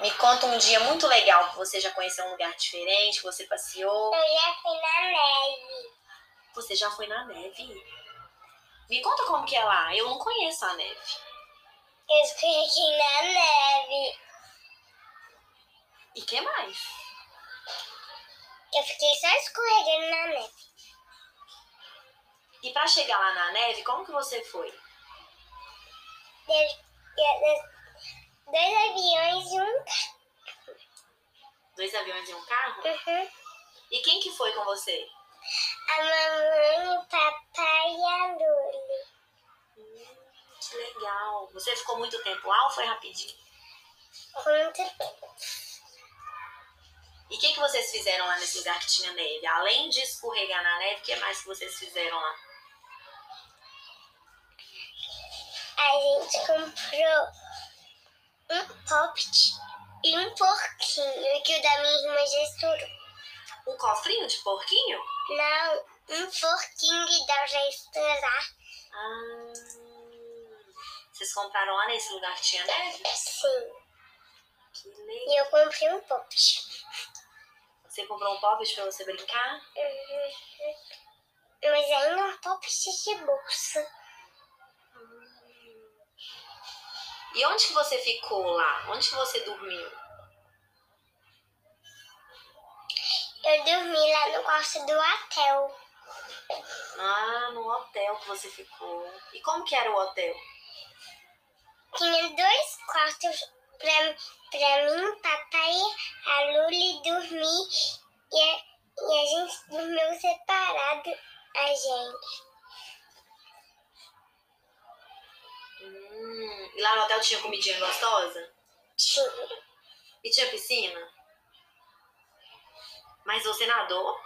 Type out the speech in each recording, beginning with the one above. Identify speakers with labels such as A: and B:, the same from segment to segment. A: Me conta um dia muito legal que você já conheceu um lugar diferente, que você passeou.
B: Eu já fui na neve.
A: Você já foi na neve? Me conta como que é lá. Eu não conheço a neve.
B: Eu fiquei na neve.
A: E que mais?
B: Eu fiquei só escorregando na neve.
A: E pra chegar lá na neve, como que você foi?
B: Teve- teve Dois aviões e um carro.
A: Dois aviões e um carro?
B: Uhum.
A: E quem que foi com você?
B: A mamãe, o papai e a Luli.
A: Que legal. Você ficou muito tempo lá ou foi rapidinho?
B: Quanto tempo?
A: E o que, que vocês fizeram lá nesse lugar que tinha neve? Além de escorregar na neve, o que mais que vocês fizeram lá?
B: A gente comprou um poppet e um porquinho que o da minha irmã já estourou.
A: Um cofrinho de porquinho?
B: Não, um porquinho que dá pra estourar.
A: Ah, vocês compraram lá nesse lugar que tinha neve?
B: Sim,
A: Que legal.
B: e eu comprei um poppet.
A: Você comprou um poppet pra você brincar?
B: Uhum. Mas ainda um poppet de bolsa.
A: E onde que você ficou lá? Onde que você dormiu?
B: Eu dormi lá no quarto do hotel.
A: Ah, no hotel que você ficou. E como que era o hotel?
B: Tinha dois quartos pra, pra mim, papai, a Luli dormir e a, e a gente dormiu separado, a gente.
A: Hum, e lá no hotel tinha comidinha gostosa?
B: Tinha.
A: E tinha piscina? Mas você nadou?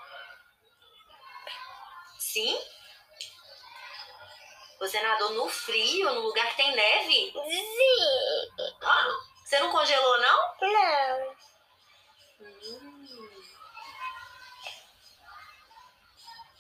A: Sim? Você nadou no frio, num lugar que tem neve?
B: Sim.
A: Ah, você não congelou, não?
B: Não.